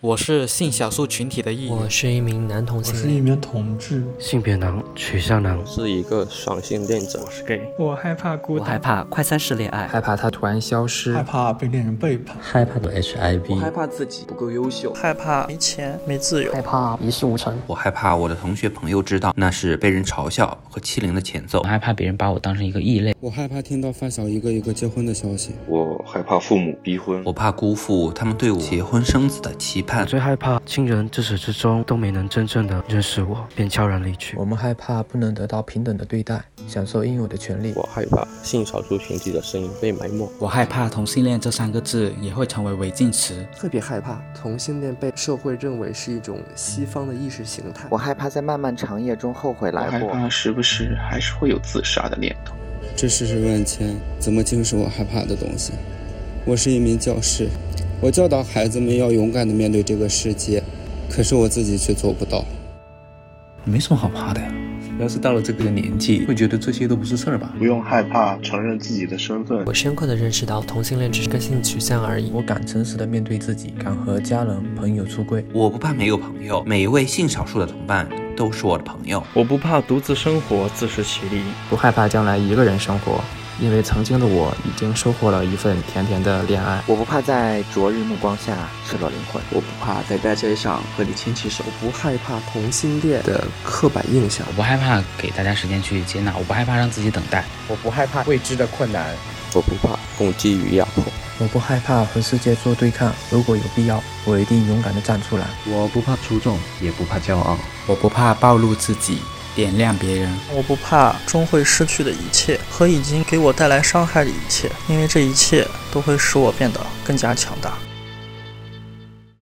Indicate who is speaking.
Speaker 1: 我是性少数群体的一员。
Speaker 2: 我是一名男同
Speaker 3: 我
Speaker 2: 性
Speaker 3: 是
Speaker 2: 恋
Speaker 3: 一。名同志，
Speaker 4: 性别男，取向男，
Speaker 5: 是一个双性恋者，
Speaker 4: 是 gay。
Speaker 6: 我害怕孤
Speaker 7: 我害
Speaker 6: 单，
Speaker 7: 怕快餐式恋爱，
Speaker 8: 害怕它突然消失
Speaker 3: 害，怕被恋人背叛，
Speaker 9: 害怕的 HIV，
Speaker 5: 害怕自己不够优秀，
Speaker 6: 害怕没钱没自由，
Speaker 10: 害怕一事无成，
Speaker 11: 我害怕我的同学朋友知道，那是被人嘲笑和欺凌的前奏
Speaker 9: 我。害怕别人把我当成一个异类，
Speaker 12: 我害怕听到发小一个一个结婚的消息，
Speaker 13: 我害怕父母逼婚，
Speaker 11: 我怕辜负他们对我结婚生子的期
Speaker 4: 我
Speaker 11: 盼。
Speaker 4: 啊最害怕亲人至始至终都没能真正的认识我，便悄然离去。
Speaker 8: 我们害怕不能得到平等的对待，享受应有的权利
Speaker 5: 我。害怕性少数群体的声音被埋没，
Speaker 14: 我害怕同性恋这三个字也会成为违禁词。
Speaker 7: 特别害怕同性恋被社会认为是一种西方的意识形态
Speaker 10: 我害怕在漫漫长夜中后悔
Speaker 13: 我害
Speaker 10: 来过。
Speaker 13: 怕时不时还是会有自杀的念头。
Speaker 12: 这世事万千，怎么竟是我害怕的东西？我是一名教师，我教导孩子们要勇敢地面对这个世界，可是我自己却做不到。
Speaker 9: 没什么好怕的呀。要是到了这个年纪，会觉得这些都不是事儿吧？
Speaker 13: 不用害怕承认自己的身份
Speaker 2: 我，深刻地认识到，同性恋只是个性取向而已。
Speaker 8: 我敢诚实的面对自己，敢和家人朋友出柜。
Speaker 11: 我不怕没有朋友，每一位性少数的同伴都是我的朋友。
Speaker 12: 我不怕独自生活，自食其力。
Speaker 9: 不害怕将来一个人生活，因为曾经的我已经收获了一份甜甜的恋爱。
Speaker 10: 我不怕在灼日目光下赤裸灵魂。
Speaker 5: 我不怕在大街上和你牵起手，
Speaker 7: 不害怕同性恋的刻板印象
Speaker 9: 我，不害怕给大家时间去接纳，我不害怕让自己等待。
Speaker 14: 我不害怕未知的困难。
Speaker 5: 我不怕攻击与压迫，
Speaker 8: 我不害怕和世界做对抗，如果有必要，我一定勇敢的站出来。
Speaker 4: 我不怕出众，也不怕骄傲。
Speaker 14: 我不怕暴露自己，点亮别人。
Speaker 6: 我不怕终会失去的一切和已经给我带来伤害的一切，因为这一切都会使我变得更加强大。